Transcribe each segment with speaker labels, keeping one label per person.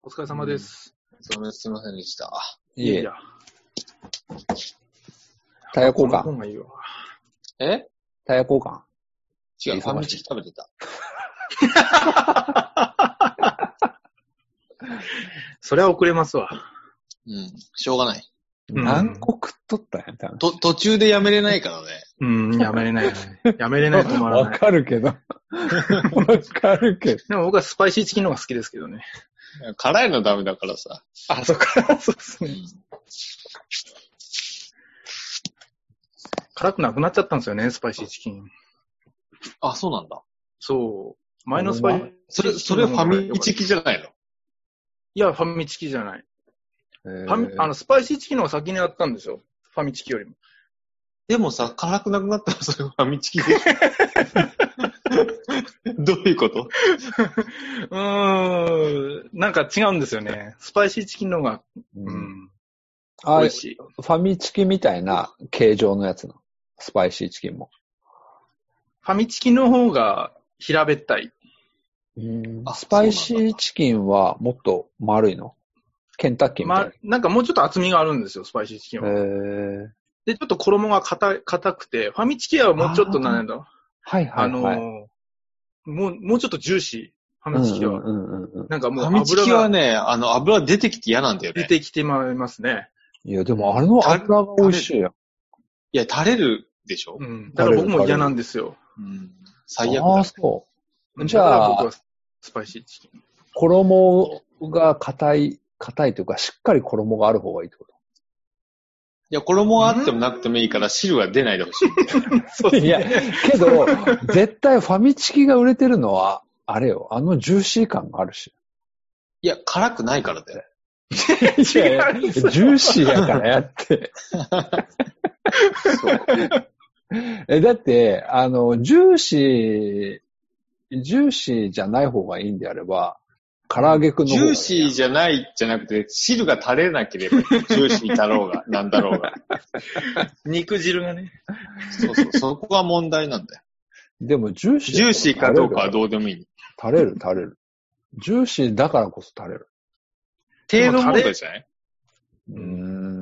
Speaker 1: お疲れ様です。
Speaker 2: それすいませんでした。
Speaker 1: い
Speaker 3: いえ、
Speaker 1: や
Speaker 3: タイヤ
Speaker 1: こ
Speaker 3: 交
Speaker 1: の
Speaker 3: 換。
Speaker 1: 本がいいわ。
Speaker 2: え
Speaker 3: タイヤ交換。
Speaker 2: 違、
Speaker 3: 忙しいう
Speaker 2: ファミチキ食べてた。
Speaker 1: それは遅れますわ。
Speaker 2: うん。しょうがない。
Speaker 1: うん
Speaker 3: 何個食っとったんやった
Speaker 2: と、途中でやめれないからね。
Speaker 1: うん、やめれないよね。 やめれないと思
Speaker 3: な。
Speaker 1: わ
Speaker 3: わ
Speaker 1: ない。
Speaker 3: かるけど。わかるけど。
Speaker 1: でも僕はスパイシーチキンの方が好きですけどね。
Speaker 2: 辛いのダメだからさ。
Speaker 3: あ、そっか。 そうっす
Speaker 2: うん
Speaker 3: ね。。
Speaker 1: 辛くなくなっちゃったんですよね、スパイシーチキン。
Speaker 2: あ、そうなんだ。
Speaker 1: そう。前のスパイシーチキン
Speaker 2: それ、それファミチ
Speaker 1: キ
Speaker 2: キじゃないの
Speaker 1: いや、ファミチキじゃない。
Speaker 3: フ
Speaker 1: ファミ、あの、スパイシーチキンの方が先にあったんですよ。ファミチキよりも。
Speaker 2: でもさ、辛くなくなったらそれファミ チキで。どういうこと
Speaker 1: うーん、なんか違うんですよね。スパイシーチキンの方が、
Speaker 3: う、
Speaker 1: うんん、
Speaker 3: あ
Speaker 1: 美
Speaker 3: れ
Speaker 1: 味しい。
Speaker 3: ファミチキみたいな形状のやつなの。スパイシーチキンも。
Speaker 1: ファミチキの方が平べったい。
Speaker 2: あ
Speaker 3: スパイシーチキンはもっと丸いの。ケンタッキーみたい
Speaker 1: ま
Speaker 3: な。
Speaker 1: なんかもうちょっと厚みがあるんですよ、スパイシーチキンは。
Speaker 3: えー、
Speaker 1: で、ちょっと衣が硬い硬くて、ファミチキはもうちょっとなんだろう、
Speaker 3: はい
Speaker 1: あ
Speaker 3: はい
Speaker 1: のー
Speaker 3: はい。
Speaker 1: もう、もうちょっとジューシー、ファミチキは。
Speaker 3: うんうんうんうんうん
Speaker 1: なんか
Speaker 2: フ
Speaker 1: もう
Speaker 2: ァミチ
Speaker 1: 油
Speaker 2: キは
Speaker 1: が
Speaker 2: ね、あの、油出てきて嫌なんだよ
Speaker 1: 出
Speaker 2: ね。
Speaker 1: てきてまいりますね。
Speaker 3: いや、でもあれの油が美味しいやん。
Speaker 2: いや、垂れるでしょ
Speaker 1: うん。だから僕も嫌なんですよ。
Speaker 2: うん。最悪
Speaker 3: ああ、
Speaker 2: だ。
Speaker 3: そう。
Speaker 1: うん
Speaker 3: じゃあ
Speaker 1: だから僕はスパイシーチキン。
Speaker 3: 衣が硬い、硬いというか、しっかり衣がある方がいいってこ
Speaker 2: いや、衣はあってもなくてもいいから汁は出ないでほしい。
Speaker 1: そう
Speaker 3: と。
Speaker 1: です
Speaker 3: いや、けど、絶対ファミチキが売れてるのは、あれよ、あのジューシー感があるし。
Speaker 2: いや、辛くないからだよ。
Speaker 3: いやいや
Speaker 1: 違う
Speaker 3: ジューシーやからやって。 えだって、あの、ジューシー、ジューシーじゃない方がいいんであれば、唐揚げくんの
Speaker 2: ジ
Speaker 3: 方
Speaker 2: ュ
Speaker 3: がいいやん。
Speaker 2: ーシーじゃないじゃなくて、汁が垂れなければいい、ジューシーだろう が、なんだろうが。
Speaker 1: 肉汁がね。
Speaker 2: そうそう、そこが問題なんだよ。
Speaker 3: でもジューシー。
Speaker 2: ジューシーかどうかはどうでもいい。
Speaker 3: 垂れる、垂れる。ジューシーだからこそ垂れる。
Speaker 1: で
Speaker 2: 程
Speaker 1: も
Speaker 2: 度
Speaker 1: 垂れ
Speaker 2: 問題じゃないう
Speaker 3: ーん。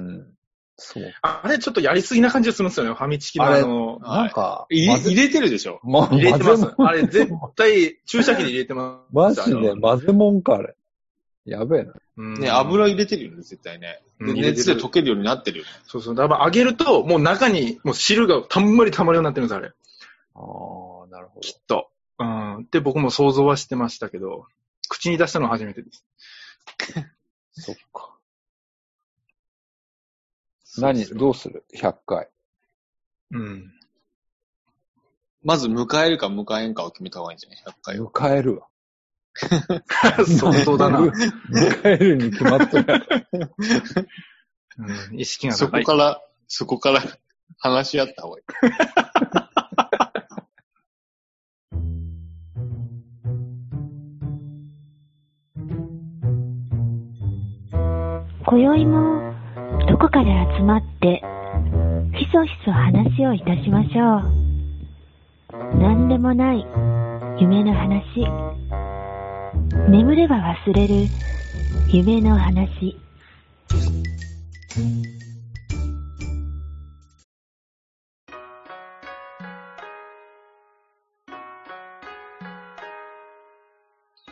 Speaker 3: そう。
Speaker 1: あれちょっとやりすぎな感じがするんですよね、ファミチキの
Speaker 3: あ
Speaker 1: あ
Speaker 3: れ
Speaker 1: の、
Speaker 3: な
Speaker 2: は
Speaker 3: ん
Speaker 2: い。
Speaker 3: か、
Speaker 2: 入
Speaker 3: ま
Speaker 2: れ
Speaker 3: ぜ
Speaker 2: 入れてるでしょ
Speaker 3: ま
Speaker 1: 入れてます
Speaker 3: 混ぜ。もん
Speaker 1: あれ絶対注射器で入れてます。
Speaker 3: マジ
Speaker 1: あの
Speaker 3: で、混ぜもんか、あれ。やべえな。
Speaker 1: うん
Speaker 2: ね、油入れてるよね、絶対ね。
Speaker 1: う
Speaker 2: で
Speaker 1: ん
Speaker 2: 熱で溶けるようになってるよね。
Speaker 1: そうそう。だから揚げると、もう中に、もう汁がたんまりたまるようになってるんです、あれ。
Speaker 3: ああ、なるほ
Speaker 1: きっと。うん。って僕も想像はしてましたけど、口に出したのは初めてです。
Speaker 3: ど。そっか。
Speaker 1: そうで
Speaker 3: 何、
Speaker 1: すよ
Speaker 3: どうする ?100 回。
Speaker 1: うん。
Speaker 2: まず迎えるか迎えんかを決めた方がいいんじゃない ?100 回を。
Speaker 3: 迎えるわ。
Speaker 1: 相当だな、 う
Speaker 3: 迎えるに決まっとるやろ。
Speaker 1: ん。意識が
Speaker 2: そ
Speaker 1: 高
Speaker 2: こ
Speaker 1: い。
Speaker 2: から、そこから 話し合った方がいい。
Speaker 4: 今宵もどこかで集まってひそひそ話をいたしましょう何でもない夢の話眠れば忘れる夢の話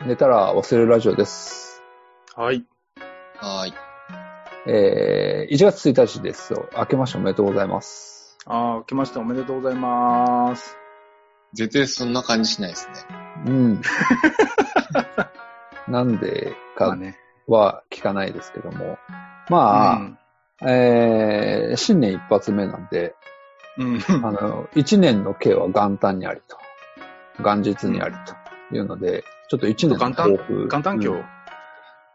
Speaker 3: 寝たら忘れるラジオです。
Speaker 1: はい。
Speaker 2: はーい。
Speaker 3: えー、1月1日です。明けましておめでとうございます。
Speaker 1: ああ、明けましておめでとうございます。
Speaker 2: 絶対そんな感じしないですね。
Speaker 3: うん。 なんでか
Speaker 1: ね。
Speaker 3: は聞かないですけども。まあ、えー新年一発目なんで、
Speaker 1: うん。 うん。
Speaker 3: あの、一年の計は元旦にありと。元日にありというので、ちょっと一年の
Speaker 1: 元旦
Speaker 3: 抱負
Speaker 1: 元旦今日。
Speaker 3: うん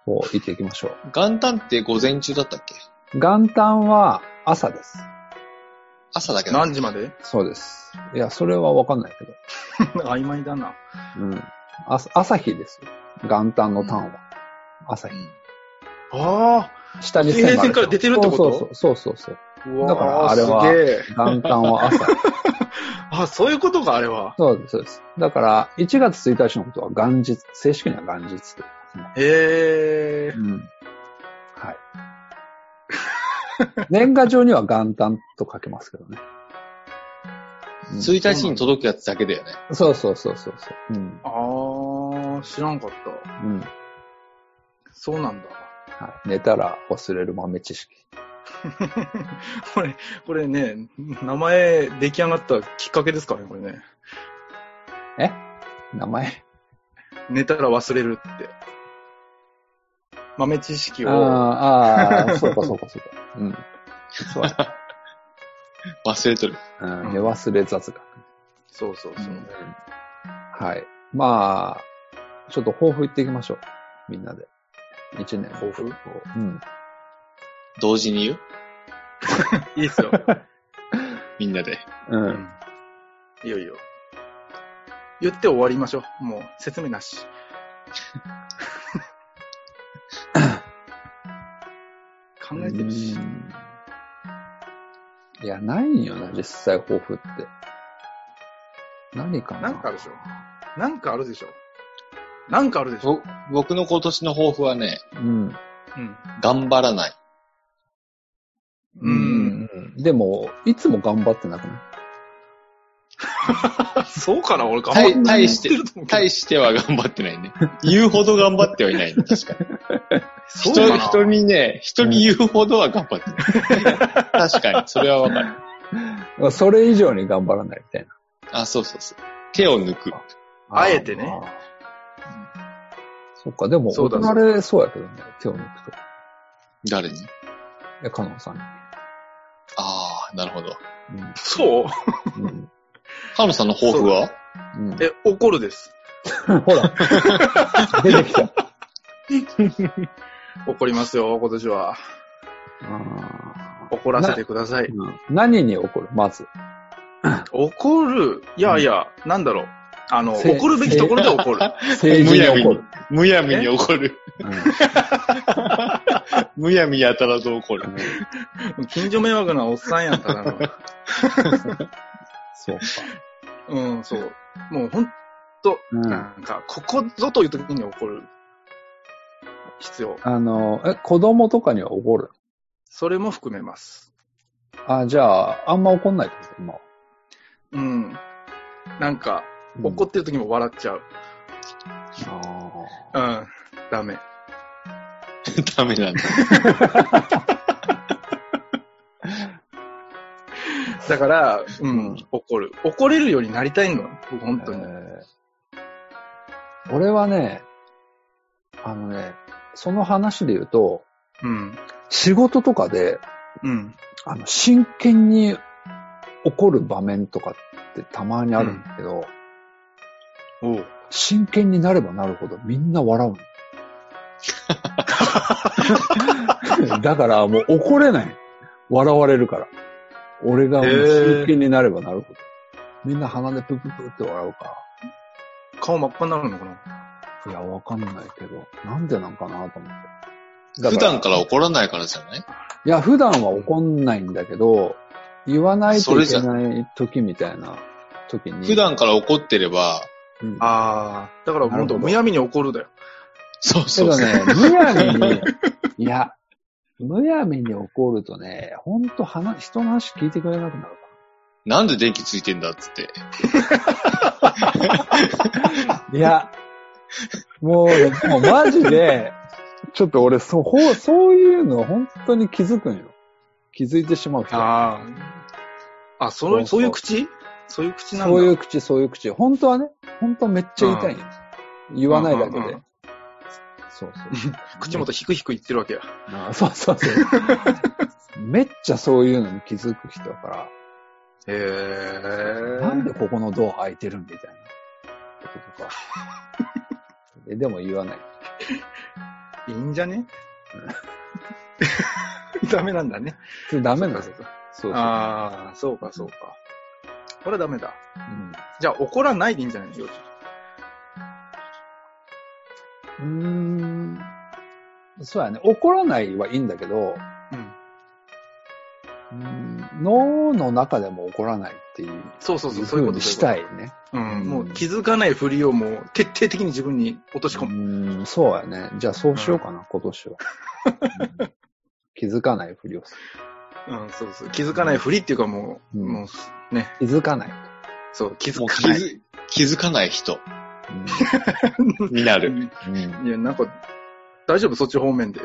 Speaker 3: を言っていきましょ
Speaker 2: 元旦って午前中だったっけ
Speaker 3: う。元旦は朝です。
Speaker 2: 朝だけだった。
Speaker 1: 何時まで
Speaker 3: そうです。いや、それはわかんないけど。
Speaker 1: 曖昧だな。
Speaker 3: うん。朝朝日ですよ。元旦の単は。朝
Speaker 2: う
Speaker 3: 日。
Speaker 2: ん
Speaker 1: あ
Speaker 3: 下に
Speaker 1: 平
Speaker 3: があ
Speaker 1: 線から出てるってこと
Speaker 3: そうそうそうそう
Speaker 1: あ。
Speaker 3: そう。
Speaker 1: うわー
Speaker 3: だからあれは
Speaker 1: すげえ。
Speaker 3: 元旦は 朝。
Speaker 1: あ、そういうことか、あれは。
Speaker 3: そうです、そうです。だから、1月1日のことは元日、正式には元日と言いますね。
Speaker 1: へえ。
Speaker 3: 年賀状には元旦と書けますけどね。うん
Speaker 2: 1日に届くやつだけだよね。
Speaker 3: そうそうそうそうそう。うん。
Speaker 1: あー、知らんかっ
Speaker 3: うん。
Speaker 1: た。そうなんだ。
Speaker 3: はい、寝たら忘れる豆知識。
Speaker 1: これ、これね、名前出来上がったきっかけですからね、これね。
Speaker 3: え名前
Speaker 1: 寝たら忘れるって。豆知識
Speaker 3: あ
Speaker 1: を、
Speaker 3: あ、ああ、そうかそうかそうか。うん。そうだ
Speaker 2: 忘れとる。
Speaker 3: うん、寝忘れ雑学。
Speaker 1: そうそうそう。
Speaker 3: はい。まあ、ちょっと抱負言っていきましょう。みんなで。一年。
Speaker 1: 抱負
Speaker 3: うん。
Speaker 2: 同時に言う
Speaker 1: いいっすよ。
Speaker 2: みんなで。
Speaker 3: う。
Speaker 1: うんん。いいよいいよ。言って終わりましょう。もう、説明なし。考えてるし
Speaker 3: う。んいや、ないんよな、実際抱負って。何かな
Speaker 1: なんかあるでしょなんかあるでしょなんかあるでしょ
Speaker 2: ぼ僕の今年の抱負はね、
Speaker 3: うん。
Speaker 1: うん。
Speaker 2: 頑張らない。
Speaker 1: う。
Speaker 3: うんん。でも、いつも頑張ってなくない
Speaker 1: そうかな俺頑張
Speaker 2: 対
Speaker 1: って
Speaker 2: 対して
Speaker 1: 言ってると思うけど
Speaker 2: 対しては頑張ってない ね。言うほど頑張ってはいない、ね、確かに。
Speaker 1: そうか
Speaker 2: 人
Speaker 1: な
Speaker 2: 人にね、人に言うほどは頑張って ない。確かに、それはわかる。
Speaker 3: だからそれ以上に頑張らないみたいな。
Speaker 2: あ、そうそうそう。手を抜く。
Speaker 1: あえてね
Speaker 3: あー。そっか、でも、
Speaker 1: そうだ
Speaker 3: 怒られそうやけどね、手を抜くと。
Speaker 2: 誰に
Speaker 3: え、かのんさんに。
Speaker 2: ああ、なるほど。
Speaker 1: そう
Speaker 3: うん。うん
Speaker 2: ハムさんの抱負は
Speaker 3: うん、
Speaker 1: え、怒るです。
Speaker 3: ほ ら。出てきた。
Speaker 1: 怒りますよ、今年は。
Speaker 3: あ
Speaker 1: 怒らせてください
Speaker 3: ー。うん何に怒る まず。
Speaker 1: 怒るいやいや、なんだろう。あの、
Speaker 3: せ
Speaker 1: 怒るべきところで怒る。
Speaker 3: 政治に怒る。
Speaker 2: むやみに怒る。むやみやたらと怒
Speaker 3: う
Speaker 2: る。
Speaker 3: ん
Speaker 1: 近所迷惑なおっさんやんただの。
Speaker 3: そうか。
Speaker 1: うん、そう。もうほんと、
Speaker 3: うん。
Speaker 1: なんか、ここぞという時に怒る。必要。
Speaker 3: あの、え、子供とかには怒る
Speaker 1: それも含めます。
Speaker 3: あ、じゃあ、あんま怒んないってこと今は
Speaker 1: うん。なんか、
Speaker 3: うん
Speaker 1: 怒ってる時も笑っちゃう。うん。ダメ。
Speaker 2: ダメなんだ。
Speaker 1: だから、うん、
Speaker 3: うん
Speaker 1: 怒る。怒れるようになりたいの。僕、本
Speaker 3: あー
Speaker 1: 当に。
Speaker 3: えー俺はね、あのね、その話で言うと、
Speaker 1: うん。
Speaker 3: 仕事とかで、
Speaker 1: うん。
Speaker 3: あの、真剣に怒る場面とかってたまにあるんだけど、
Speaker 1: おう。
Speaker 3: 真剣になればなるほどみんな 笑うの。だからもう怒れない。笑われるから。俺がもう真剣になればなるほど。みんな鼻でプププって笑うか
Speaker 1: 顔真っ赤になるのかな
Speaker 3: ら。いや、わかんないけど、なんでなんかなと思って。だ
Speaker 2: 普
Speaker 3: から
Speaker 2: 段から怒らないからじゃない
Speaker 3: いや、普段は怒んないんだけど、言わないといけない時みたいな時に。
Speaker 2: 普段から怒ってれば、
Speaker 3: うん
Speaker 1: ああ。だから、
Speaker 3: なる
Speaker 1: 本
Speaker 3: ほど
Speaker 1: 当むやみに怒るだよ。
Speaker 2: そう
Speaker 3: け
Speaker 2: そう
Speaker 3: ど
Speaker 2: そう。
Speaker 3: ね、むやみに、い や、むやみに怒るとね、ほんと話、人の話聞いてくれなくなる
Speaker 2: なんで電気ついてんだっつって。
Speaker 3: から。いや、もう、もうマジで、ちょっと俺、そう、ほうそういうの本当に気づくんよ。気づいてしまう人。
Speaker 1: ああ。あ、そう、
Speaker 3: そうそう
Speaker 1: そういう口そういう口なんだ。
Speaker 3: そういう口、そういう口。本当はね、本当はめっちゃ痛いんよ。言わないだけで。
Speaker 1: うんうんうん
Speaker 3: そうそう。
Speaker 1: 口元ひくひく言ってるわけや。
Speaker 3: あそうそう そう。めっちゃそういうのに気づく人だから。
Speaker 1: へえ。
Speaker 3: なんでここのドア開いてるみたいなこととか。えでも言わない。
Speaker 1: いいんじゃ ねダメなんだね。
Speaker 3: それダメなんです
Speaker 1: そう。か
Speaker 3: よそうそう。
Speaker 1: ああ、そうか、そうか。これはダメだ。
Speaker 3: うん
Speaker 1: じゃあ、怒らないでいいんじゃないのよ
Speaker 3: うーん。そうやね。怒らないはいいんだけど、
Speaker 1: うん。
Speaker 3: うーん脳の中でも怒らないっていう
Speaker 1: そうそうそう、そういう
Speaker 3: ふう
Speaker 1: こと
Speaker 3: に
Speaker 1: そういうこと
Speaker 3: したいね。
Speaker 1: うん、もう気づかないふりをもう徹底的に自分に落とし込
Speaker 3: う
Speaker 1: む。
Speaker 3: ーん、そうやね。じゃあそうしようかな、今年は、うん気づかないふりをす
Speaker 1: うん、そうそう。気づかないふりっていうかもう、
Speaker 3: うん
Speaker 1: もう、ね、
Speaker 3: 気づかない。
Speaker 1: そう、気づ
Speaker 2: もう
Speaker 1: か
Speaker 2: 気
Speaker 1: ない。
Speaker 2: づ、気づかない人になる。
Speaker 3: うんうん
Speaker 1: いや、なんか、大丈夫そっち方 面で。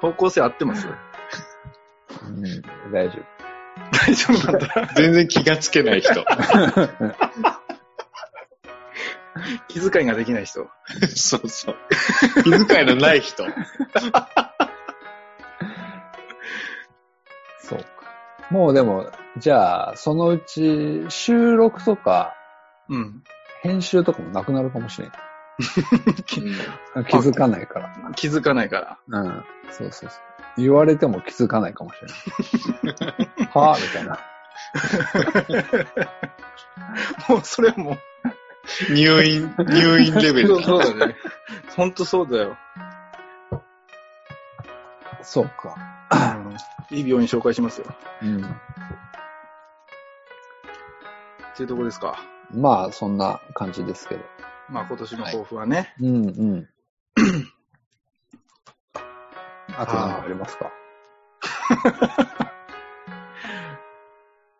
Speaker 1: 方向性合ってます
Speaker 3: うん大丈
Speaker 1: 大丈夫なんだ。
Speaker 2: 全然気がつけな い人。
Speaker 1: 気遣いができない人。
Speaker 2: そうそう。気遣いのない人。
Speaker 3: 夫。そうか。もうでも、じゃあ、そのうち収録とか
Speaker 1: うん。
Speaker 3: 編集とかもなくなるかもしれない。
Speaker 2: うん
Speaker 3: 気づかないから。
Speaker 1: 気づかないから。
Speaker 3: うん。そうそうそう。言われても気づかないかもしれない。はぁみたいな。
Speaker 1: もう、それはもう、
Speaker 2: 入院、入院レベルだ。
Speaker 1: そう だね。ほんとそうだよ。
Speaker 3: そうか。
Speaker 1: いい病院紹介しますよ。
Speaker 3: うん。
Speaker 1: っていうとこですか。
Speaker 3: まあ、そんな感じですけど。
Speaker 1: まあ今年の抱負はね。
Speaker 3: うんうん。あと何かありますか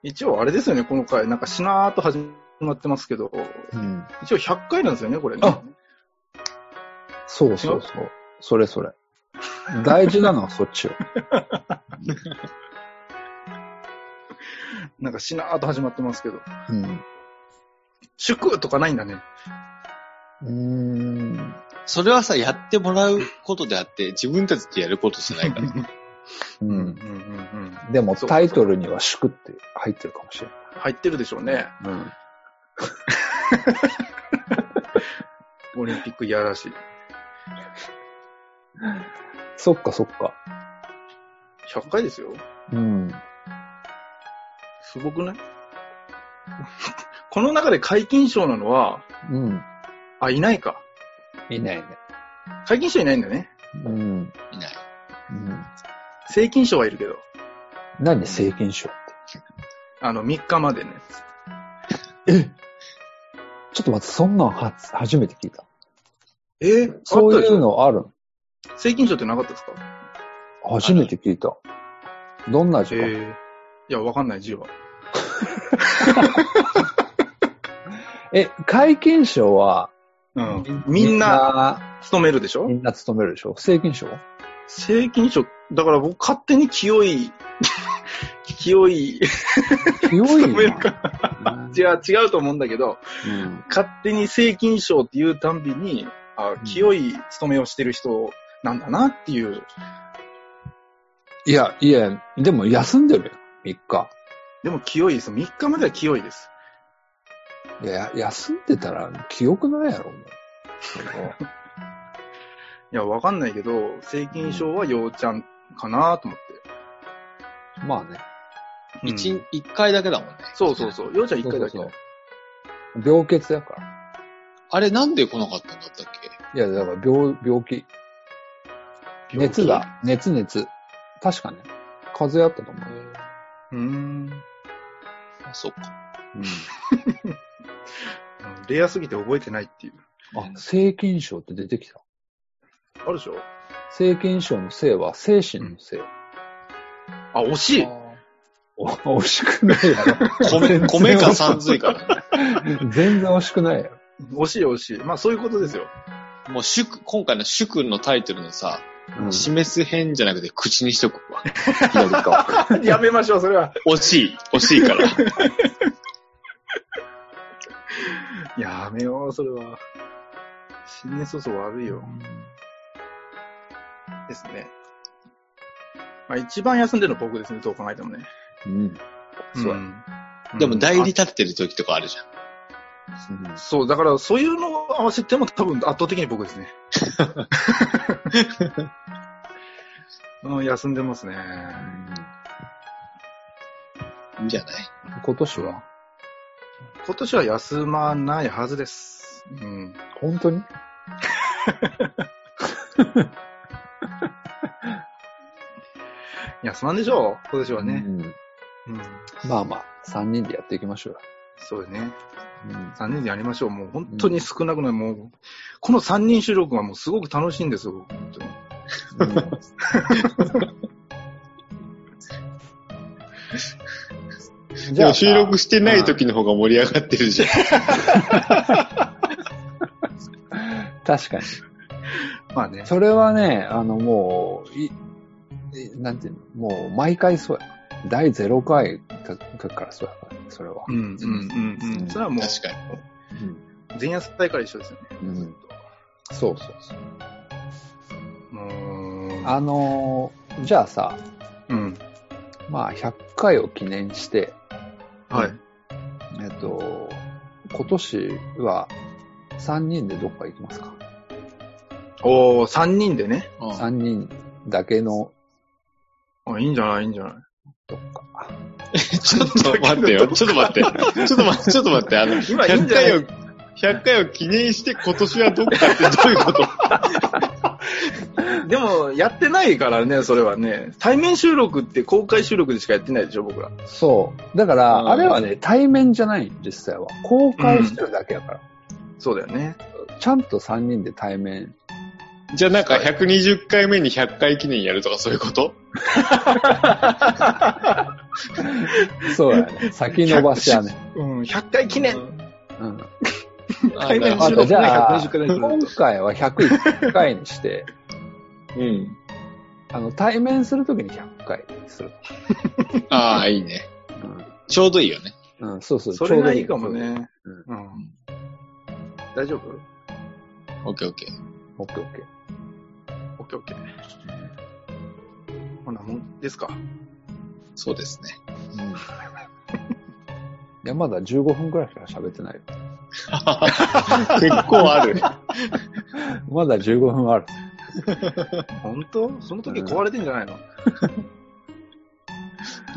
Speaker 1: 一応あれですよね、この回。なんかしなーっと始まってますけど、
Speaker 3: うん。
Speaker 1: 一応100回なんですよね、これね。
Speaker 3: あそうそうそう。それそ れ。大事なのはそっちよ。
Speaker 1: なんかしなーっと始まってますけど。
Speaker 3: うん。
Speaker 1: 祝とかないんだね。
Speaker 3: うーん。
Speaker 2: それはさ、やってもらうことであって、自分たちでやることじゃないから。
Speaker 3: う
Speaker 1: うんうん
Speaker 3: ん。
Speaker 1: うん。
Speaker 3: でも
Speaker 1: そう
Speaker 3: タイトルには祝って入ってるかもしれ
Speaker 1: 入ってるでしょうね。
Speaker 3: ない。うん。
Speaker 1: オリンピック嫌だし。
Speaker 3: そっかそっか。
Speaker 1: 100回ですよ。
Speaker 3: うん。
Speaker 1: すごくないこの中で解禁賞なのは、
Speaker 3: うん。
Speaker 1: あ、いないか。
Speaker 3: いないね。
Speaker 1: 解禁賞いないんだね。
Speaker 3: うん。
Speaker 2: いない。
Speaker 3: うん、
Speaker 1: 正禁賞はいるけど。
Speaker 3: 何正金賞って。
Speaker 1: あの、3日までね。
Speaker 3: ちょっと待って、そんなんは初めて聞いた。
Speaker 1: えー、
Speaker 3: そういう
Speaker 1: の。
Speaker 3: のあるの
Speaker 1: 正禁賞ってなかったですか
Speaker 3: 初めて聞いた。どんな字
Speaker 1: え
Speaker 3: か。
Speaker 1: ー、いや、わかんない、字は。
Speaker 3: え、解禁賞は、
Speaker 1: うん。みんな、勤めるでし
Speaker 3: みんな、み
Speaker 1: ょ
Speaker 3: んな勤めるでしょ正金賞
Speaker 1: 正禁賞、だから僕勝手に清い、 清い、
Speaker 3: 強い
Speaker 1: 勤める
Speaker 3: な。
Speaker 1: 違う、違うと思うんだけど、
Speaker 3: うん
Speaker 1: 勝手に正禁賞っていうたんびに、あ、清い勤めをしてる人なんだなっていう。
Speaker 3: いや、いや、でも休んでるよ。3日。
Speaker 1: でも清いです。3日までは清いです。
Speaker 3: いや、休んでたら記憶ないやろ、もう。
Speaker 1: いや、わかんないけど、正禁賞は陽ちゃんかなと思って。
Speaker 3: まあね。
Speaker 1: うん
Speaker 2: 一、一回だけだもんね。
Speaker 1: そうそうそう。陽ちゃん1回だけ。
Speaker 3: そうそうそう病欠だから。
Speaker 2: あれなんで来なかったんだったっけ
Speaker 3: いや、だから病、病気。熱だ。熱、熱。確かね。風邪あったと思
Speaker 1: う
Speaker 3: う。
Speaker 1: ーん。
Speaker 2: あそっか。
Speaker 1: レアすぎて覚えてないっていう。
Speaker 3: あ、性菌症って出てきた。
Speaker 1: あるでしょ
Speaker 3: 性菌症の性は精神の性。
Speaker 1: あ、惜しい。
Speaker 3: お惜しくないやろ。
Speaker 2: 米、米か三髄かだね。
Speaker 3: 全然惜しくないやろ。
Speaker 1: 惜しい惜しい。まあそういうことですよ。
Speaker 2: もう祝、今回の主君のタイトルのさ、
Speaker 3: うん
Speaker 2: 示す編じゃなくて口にしとく わ。左側
Speaker 1: やめましょう、それは。
Speaker 2: 惜しい、惜しいから。
Speaker 1: やめよう、それは。新年早々悪いよ。ですね。まあ一番休んでるの僕ですね、どう考えてもね。
Speaker 3: うん。
Speaker 2: そうや
Speaker 1: ん
Speaker 2: でも代理
Speaker 1: うん
Speaker 2: 立ててる時とかあるじゃん。
Speaker 1: あそう、だからそういうのを合わせても多分圧倒的に僕です ね。うん、休んでますね。
Speaker 2: いいんじゃない
Speaker 3: 今年は
Speaker 1: 今年は休まないはずです。うん。
Speaker 3: 本当に
Speaker 1: 休まんでしょう、今年はね。
Speaker 3: うん
Speaker 1: うん。
Speaker 3: まあまあ、3人でやっていきましょうよ。
Speaker 1: そうだね。
Speaker 3: うん
Speaker 1: 3人でやりましょう。もう本当に少なくない。もう、この3人収録はもうすごく楽しいんですよ、僕本当に。
Speaker 3: じゃあさ、
Speaker 2: 収録してない時の方が盛り上がってるじゃん。
Speaker 3: 確かに。
Speaker 1: まあね。
Speaker 3: それはね、あの、もう、い、いなんていうの、もう、毎回そうや。第0回の時からそうやから、それは
Speaker 1: う。んうんうんうん。それはも
Speaker 2: 確か
Speaker 1: う、前夜祭から一緒ですよね。
Speaker 3: うん。うん、そうそうそう。
Speaker 1: うーん。
Speaker 3: あのー、じゃあさ、
Speaker 1: うん。
Speaker 3: まあ、100回を記念して、
Speaker 1: はい。
Speaker 3: えっと、今年は3人でどっか行きますか
Speaker 1: おー、3人でね。
Speaker 2: に。
Speaker 3: ?3 人だけの
Speaker 1: あ、いいんじゃないいいんじゃない
Speaker 3: どっか。
Speaker 2: ちょっと待ってよ。ちょっと待って。ちょっと待って、ちょっと待って。あの、
Speaker 1: 今いいん
Speaker 2: 100
Speaker 1: じゃない
Speaker 2: 回を、100回を記念して今年はどっかってどういうこと
Speaker 1: でも、やってないからね、それはね。対面収録って公開収録でしかやってないでしょ、僕ら。
Speaker 3: そう。だから、
Speaker 2: うん
Speaker 3: あれはね、対面じゃない、実際は。公開してるだけやから。
Speaker 1: そうだよね。
Speaker 3: ちゃんと3人で対面。
Speaker 2: じゃあなんか120回目に100回記念やるとかそういうこと
Speaker 3: そう やね。先延ばしやね。
Speaker 1: うん、100回記念。
Speaker 3: うん。
Speaker 2: あ
Speaker 1: 対面
Speaker 2: な
Speaker 3: あ
Speaker 1: 収
Speaker 2: るほ
Speaker 3: と、
Speaker 1: 録
Speaker 3: じ
Speaker 1: が
Speaker 3: ゃあ、
Speaker 1: 120回だ
Speaker 3: 今回は101回にして、
Speaker 2: どうん。
Speaker 3: あの、対面するときに100回にする。
Speaker 2: ああ、いいね。ちょうどいいよね。
Speaker 3: うん。うん、そうそう。
Speaker 1: それがいい
Speaker 3: ちょ
Speaker 1: か
Speaker 3: うど
Speaker 1: も。ね。
Speaker 3: うん
Speaker 1: うん。大丈夫
Speaker 2: オッケーオッケー。
Speaker 3: オッケーオッケー。
Speaker 1: オッケーオッケー。こんなもんですか。
Speaker 2: そうですね。
Speaker 3: いや、まだ15分くらいしか喋ってないよ。
Speaker 2: 結構ある。
Speaker 3: まだ15分ある。
Speaker 1: 本当その時壊れてんじゃないの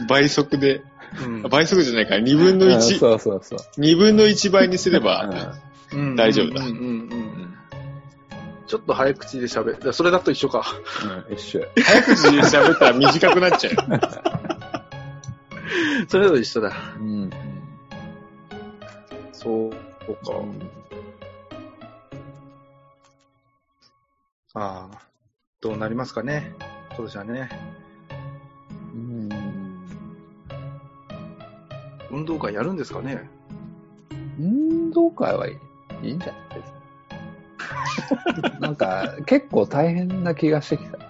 Speaker 2: 倍速で。
Speaker 1: うん
Speaker 2: 倍速じゃないから、2分の
Speaker 3: うん
Speaker 2: 1、
Speaker 3: そうそうそう。
Speaker 2: 二分の1倍にすれば、
Speaker 3: う
Speaker 1: うん
Speaker 2: 大丈夫だ
Speaker 1: うんうんうんちょっと早口で喋るだから。それだと一緒か。
Speaker 3: ん、うん、一緒や。
Speaker 2: 早口で喋ったら短くなっちゃうよ。
Speaker 1: それだと一緒だ。
Speaker 3: うん。
Speaker 1: そうか。ああ、どうなりますかね。今年はね。
Speaker 3: うん
Speaker 1: 運動会やるんですかね。
Speaker 3: 運動会はいいいいんじゃないです か。なんか、結構大変な気がしてきた。
Speaker 1: うん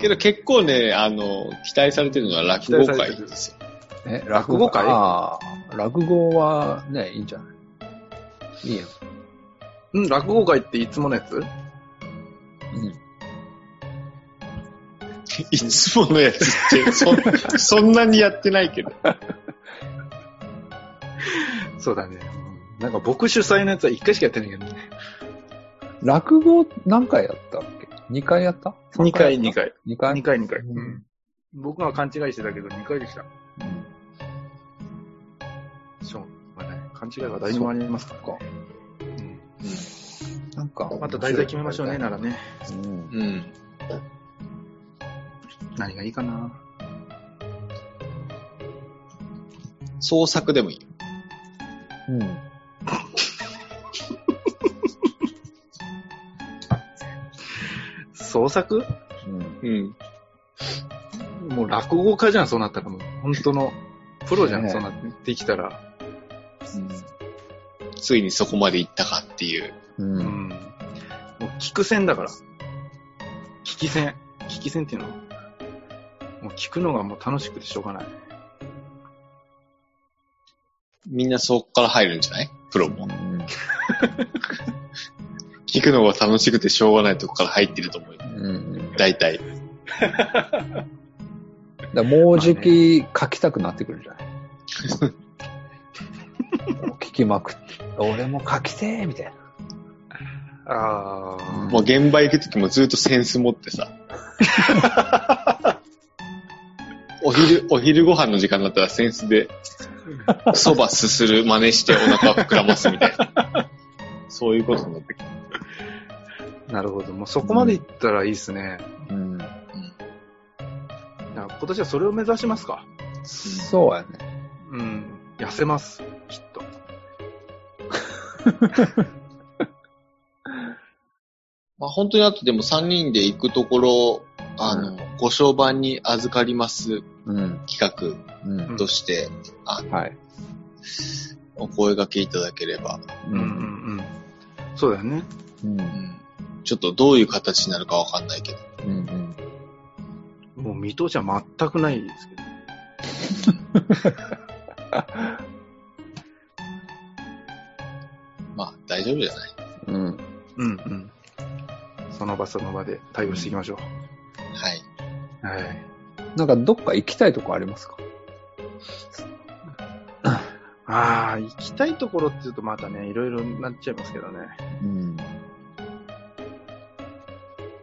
Speaker 2: けど結構ね、あの、期待されてるのは落語会ですよ。
Speaker 3: え、
Speaker 1: 落語会
Speaker 3: ああ、落語はね、いいんじゃないいいやん。
Speaker 1: うん、落語会っていつものやつ
Speaker 2: いつものやつって、そんそんなにやってないけど。
Speaker 1: そうだね。うんなんか僕主催のやつは一回しかやってないけどね。
Speaker 3: 落語何回やったっけ ?2 回やった
Speaker 1: 二回、
Speaker 3: 二
Speaker 1: 二回。
Speaker 3: 2回
Speaker 1: 二回、二回。
Speaker 3: う
Speaker 1: うんん。僕が勘違いしてたけど、二回できた。
Speaker 3: うん
Speaker 1: しょうがない。勘違いは誰にもありますから、ね。うん
Speaker 3: なんか。
Speaker 1: また題材決めましょうね、ならね。
Speaker 3: うん。
Speaker 2: うん。
Speaker 1: 何がいいかな。
Speaker 2: 創作でもいいよ。
Speaker 3: うん。
Speaker 1: 創作
Speaker 3: うん。
Speaker 2: うん。
Speaker 1: もう落語家じゃん、そうなったらもう。本当の、プロじゃん、
Speaker 3: ねえ
Speaker 1: そうなってきたら。
Speaker 2: ついにそこまで行ったかっていう。
Speaker 3: うん。
Speaker 1: う
Speaker 3: う
Speaker 1: ん。
Speaker 3: ん。
Speaker 1: もう、聞く戦だから。聞き戦。聞き戦っていうのもう聞くのがもう楽しくてしょうがない。
Speaker 2: みんなそこから入るんじゃないプロも。聞くのが楽しくてしょうがないとこから入ってると思うよ。
Speaker 3: うん。
Speaker 2: 大体。
Speaker 3: だからもうじき書きたくなってくるじゃない。もう聞きまくって、俺も書きてーみたいな。
Speaker 1: あ
Speaker 3: うん
Speaker 1: あ。
Speaker 2: もう現場行くときもずっとセンス持って さ。お昼、お昼ご飯の時間になったらセンスで、そばすする真似してお腹を膨らますみたいな。そういうことになってきて。
Speaker 1: なるほど。もうそこまでいったらいいですね。
Speaker 3: うん、
Speaker 1: だから今年はそれを目指しますか。
Speaker 3: そうやね。
Speaker 1: うん。痩せます。きっと。
Speaker 2: まあ、本当にあとでも3人で行くところ、あの、ご商売に預かります
Speaker 3: うん。
Speaker 2: 企
Speaker 3: う
Speaker 2: 画
Speaker 3: ん。
Speaker 2: として、あ
Speaker 3: はい。
Speaker 2: お声掛けいただければ、
Speaker 1: うんうんうん。そうだよね。
Speaker 3: うん。う。
Speaker 2: うんんちょっとどういう形になるかわかんないけど。
Speaker 3: うん。
Speaker 1: もう見通しは全くないですけど。
Speaker 2: まあ、大丈夫じゃない
Speaker 3: うん。
Speaker 1: うんうん。その場その場で対応していきましょ
Speaker 2: はい。
Speaker 1: う。はい。
Speaker 3: なんかどっか行きたいとこありますか
Speaker 1: ああ、行きたいところって言うとまたね、いろいろなっちゃいますけどね。
Speaker 3: うん。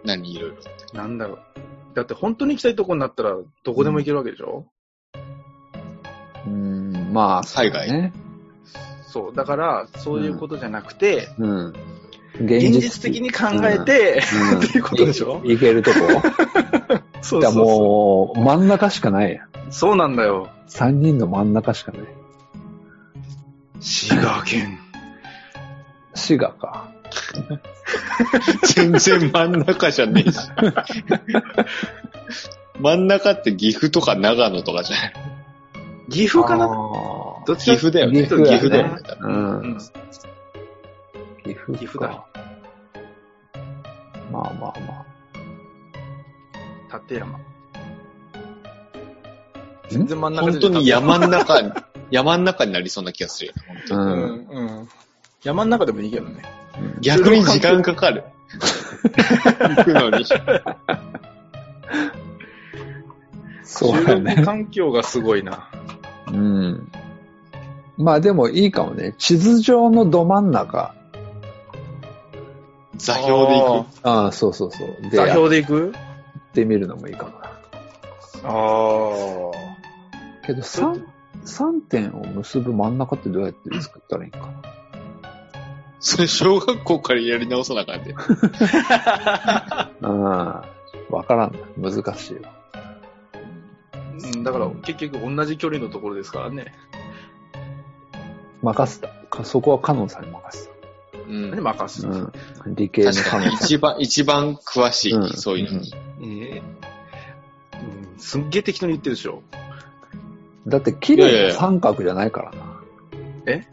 Speaker 2: 何いろいろ。
Speaker 1: なんだろう。だって本当に行きたいところになったら、どこでも行けるわけでしょ、
Speaker 3: うん。まあ、
Speaker 2: 海外
Speaker 3: そうね。
Speaker 1: そう。だから、そういうことじゃなくて、
Speaker 3: うん。
Speaker 1: 現実的に考えて、
Speaker 3: うん、
Speaker 1: っていうことでしょ
Speaker 3: い行けるとこ
Speaker 1: そう
Speaker 3: じゃ
Speaker 1: そうそ
Speaker 3: あもう、真ん中しかないやん。
Speaker 1: う。そうなんだよ。
Speaker 3: 3人の真ん中しかない。
Speaker 1: 滋賀県。
Speaker 3: 滋賀か。
Speaker 2: 全然真ん中じゃねえし。真ん中って岐阜とか長野とかじゃない
Speaker 1: 岐阜かな
Speaker 3: あー
Speaker 1: どっ
Speaker 2: 岐
Speaker 1: ちか
Speaker 2: 阜だよね。
Speaker 3: 岐阜だね
Speaker 2: 岐阜だよね。多分
Speaker 3: うん。
Speaker 1: う
Speaker 3: 岐阜か。
Speaker 1: 岐阜だ
Speaker 3: まあまあま
Speaker 1: ん立山。全然真ん中
Speaker 2: 本当に山ん中に、山ん中になりそうな気がするよ。
Speaker 3: あ。う。
Speaker 1: うんんうん。山の中でもいいけどね。
Speaker 2: 逆に時間かかる。行くのに。
Speaker 3: そうだ
Speaker 1: 収録
Speaker 3: ね。
Speaker 1: 環境がすごいな。
Speaker 3: うん。まあでもいいかもね。地図上のど真ん中。
Speaker 2: 座標で行く。
Speaker 3: ああ、そうそうそう。で、
Speaker 1: 座
Speaker 3: やっ
Speaker 1: 標で行く
Speaker 3: てみるのもいいかもな。
Speaker 1: ああ。
Speaker 3: けど3、三点を結ぶ真ん中ってどうやって作ったらいいんかな。
Speaker 2: それ小学校からやり直さなあかんで。
Speaker 3: うん。わからんな。難しいわ。
Speaker 1: うんだから結局同じ距離のところですからね。
Speaker 3: 任せた。かそこはカノンさんに任せ
Speaker 2: うん
Speaker 1: 何。任す
Speaker 3: た。
Speaker 1: の、
Speaker 3: うん。理系の
Speaker 2: 確
Speaker 3: カ
Speaker 2: か
Speaker 3: ノン
Speaker 2: に
Speaker 3: さん。
Speaker 2: 一番、一番詳し
Speaker 3: う
Speaker 2: い、
Speaker 3: ん
Speaker 2: そういうのに。
Speaker 1: えーうん、すっげえ適当に言ってるでしょ。
Speaker 3: だって綺
Speaker 2: いやいや
Speaker 3: 麗
Speaker 2: い
Speaker 3: な
Speaker 2: や
Speaker 3: 三角じゃないからな。
Speaker 1: え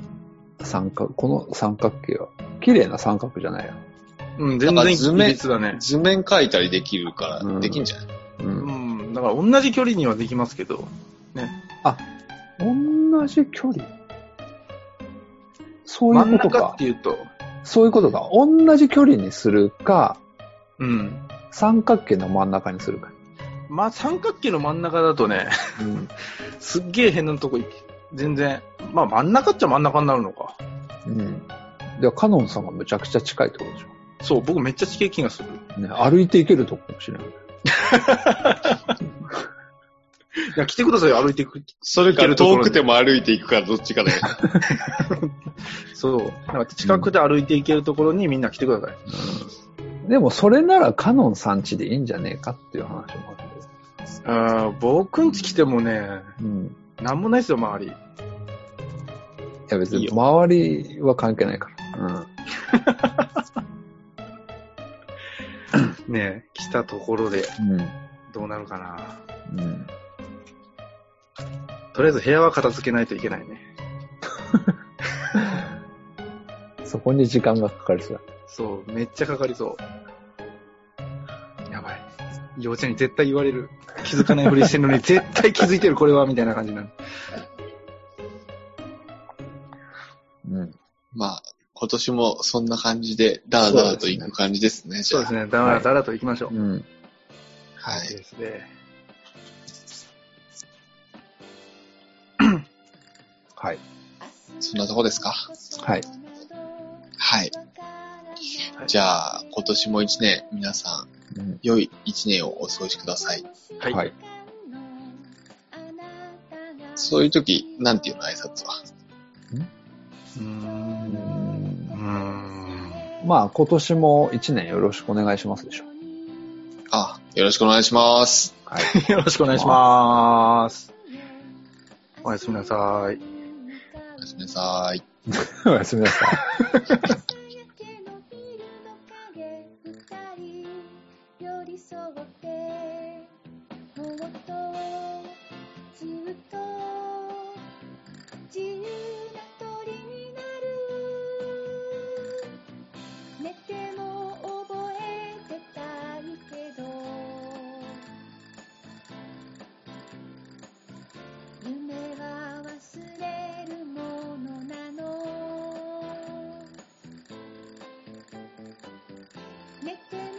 Speaker 3: 三角、この三角形は。綺麗な三角じゃないよ。
Speaker 1: うん、全
Speaker 2: なん
Speaker 1: 然
Speaker 2: か図面
Speaker 1: いびつだね。
Speaker 2: 図面描いたりできるか
Speaker 3: う
Speaker 2: ら、
Speaker 3: ん
Speaker 2: できんじゃない
Speaker 3: うん。
Speaker 1: うん、だから同じ距離にはできますけど。
Speaker 3: 同じ距離そう
Speaker 1: 真
Speaker 3: い
Speaker 1: ん
Speaker 3: うこと
Speaker 1: 中っ
Speaker 3: か
Speaker 1: て。いうと、
Speaker 3: そういうことか。同じ距離にするか、
Speaker 1: うん。
Speaker 3: 三角形の真ん中にするか。
Speaker 1: まあ三角形の真ん中だとね、
Speaker 3: うん。
Speaker 1: すっげえ変なとこ行き全然、まあ真ん中っちゃ真ん中になるのか。
Speaker 3: うん。では、カノンさんがむちゃくちゃ近いってことでし
Speaker 1: そう、僕めっちゃ近い気がする。
Speaker 3: ょ。ね、歩いていけるとこかもしれない。
Speaker 1: いや、来てくださいよ、歩いていく。
Speaker 2: それ
Speaker 1: 行け
Speaker 2: から
Speaker 1: るところ
Speaker 2: 遠
Speaker 1: に
Speaker 2: くても歩いていくかどっちかだよ。
Speaker 1: そう。なんか近くで歩いていけるところにみんな来てください。
Speaker 3: でも、それならカノンさんちでいいんじゃねえかっていう話もあるんです。
Speaker 1: あー僕ん家来てもね、
Speaker 3: うん。
Speaker 1: なんもないですよ、周り。
Speaker 3: いや別
Speaker 2: いい
Speaker 3: に
Speaker 2: よ
Speaker 3: 周りは関係ないから。うん。
Speaker 1: ねえ来たところで
Speaker 3: う
Speaker 1: どうなるかな。
Speaker 3: ん。うん。
Speaker 1: とりあえず部屋は片付けないといけないね。
Speaker 3: そこに時間がかかりそう
Speaker 1: そう、めっちゃかかりそう。やばい。幼稚園に絶対言われる。気づかないふりしてるのに絶対気づいてる、これは、みたいな感じになる。
Speaker 3: だ。うん。
Speaker 2: まあ、今年もそんな感じで、ダラダラと行く感じですね、じ
Speaker 1: そ
Speaker 2: ゃ
Speaker 1: う
Speaker 2: あ
Speaker 1: ですね、だらだらと行きましょう。
Speaker 3: うん。
Speaker 2: はい。
Speaker 1: ですね。
Speaker 3: はい。
Speaker 2: そんなとこですか
Speaker 3: はい。
Speaker 2: はい。じゃあ、今年も一年、皆さん、
Speaker 3: うん
Speaker 2: 良い一年をお過ごしください。
Speaker 1: はい。
Speaker 3: はい。
Speaker 2: そういう時、なんていうの挨拶は。
Speaker 1: うー。
Speaker 3: うん
Speaker 1: うー
Speaker 3: ん
Speaker 1: ん。
Speaker 3: まあ、今年も一年よろしくお願いしますでしょ。
Speaker 2: あ、よろしくお願いします。
Speaker 3: はい。
Speaker 1: よろしくお願いします。おやすみなさい。
Speaker 2: おやすみなさい。
Speaker 3: おやすみなさい。
Speaker 5: 「夜の影二寝て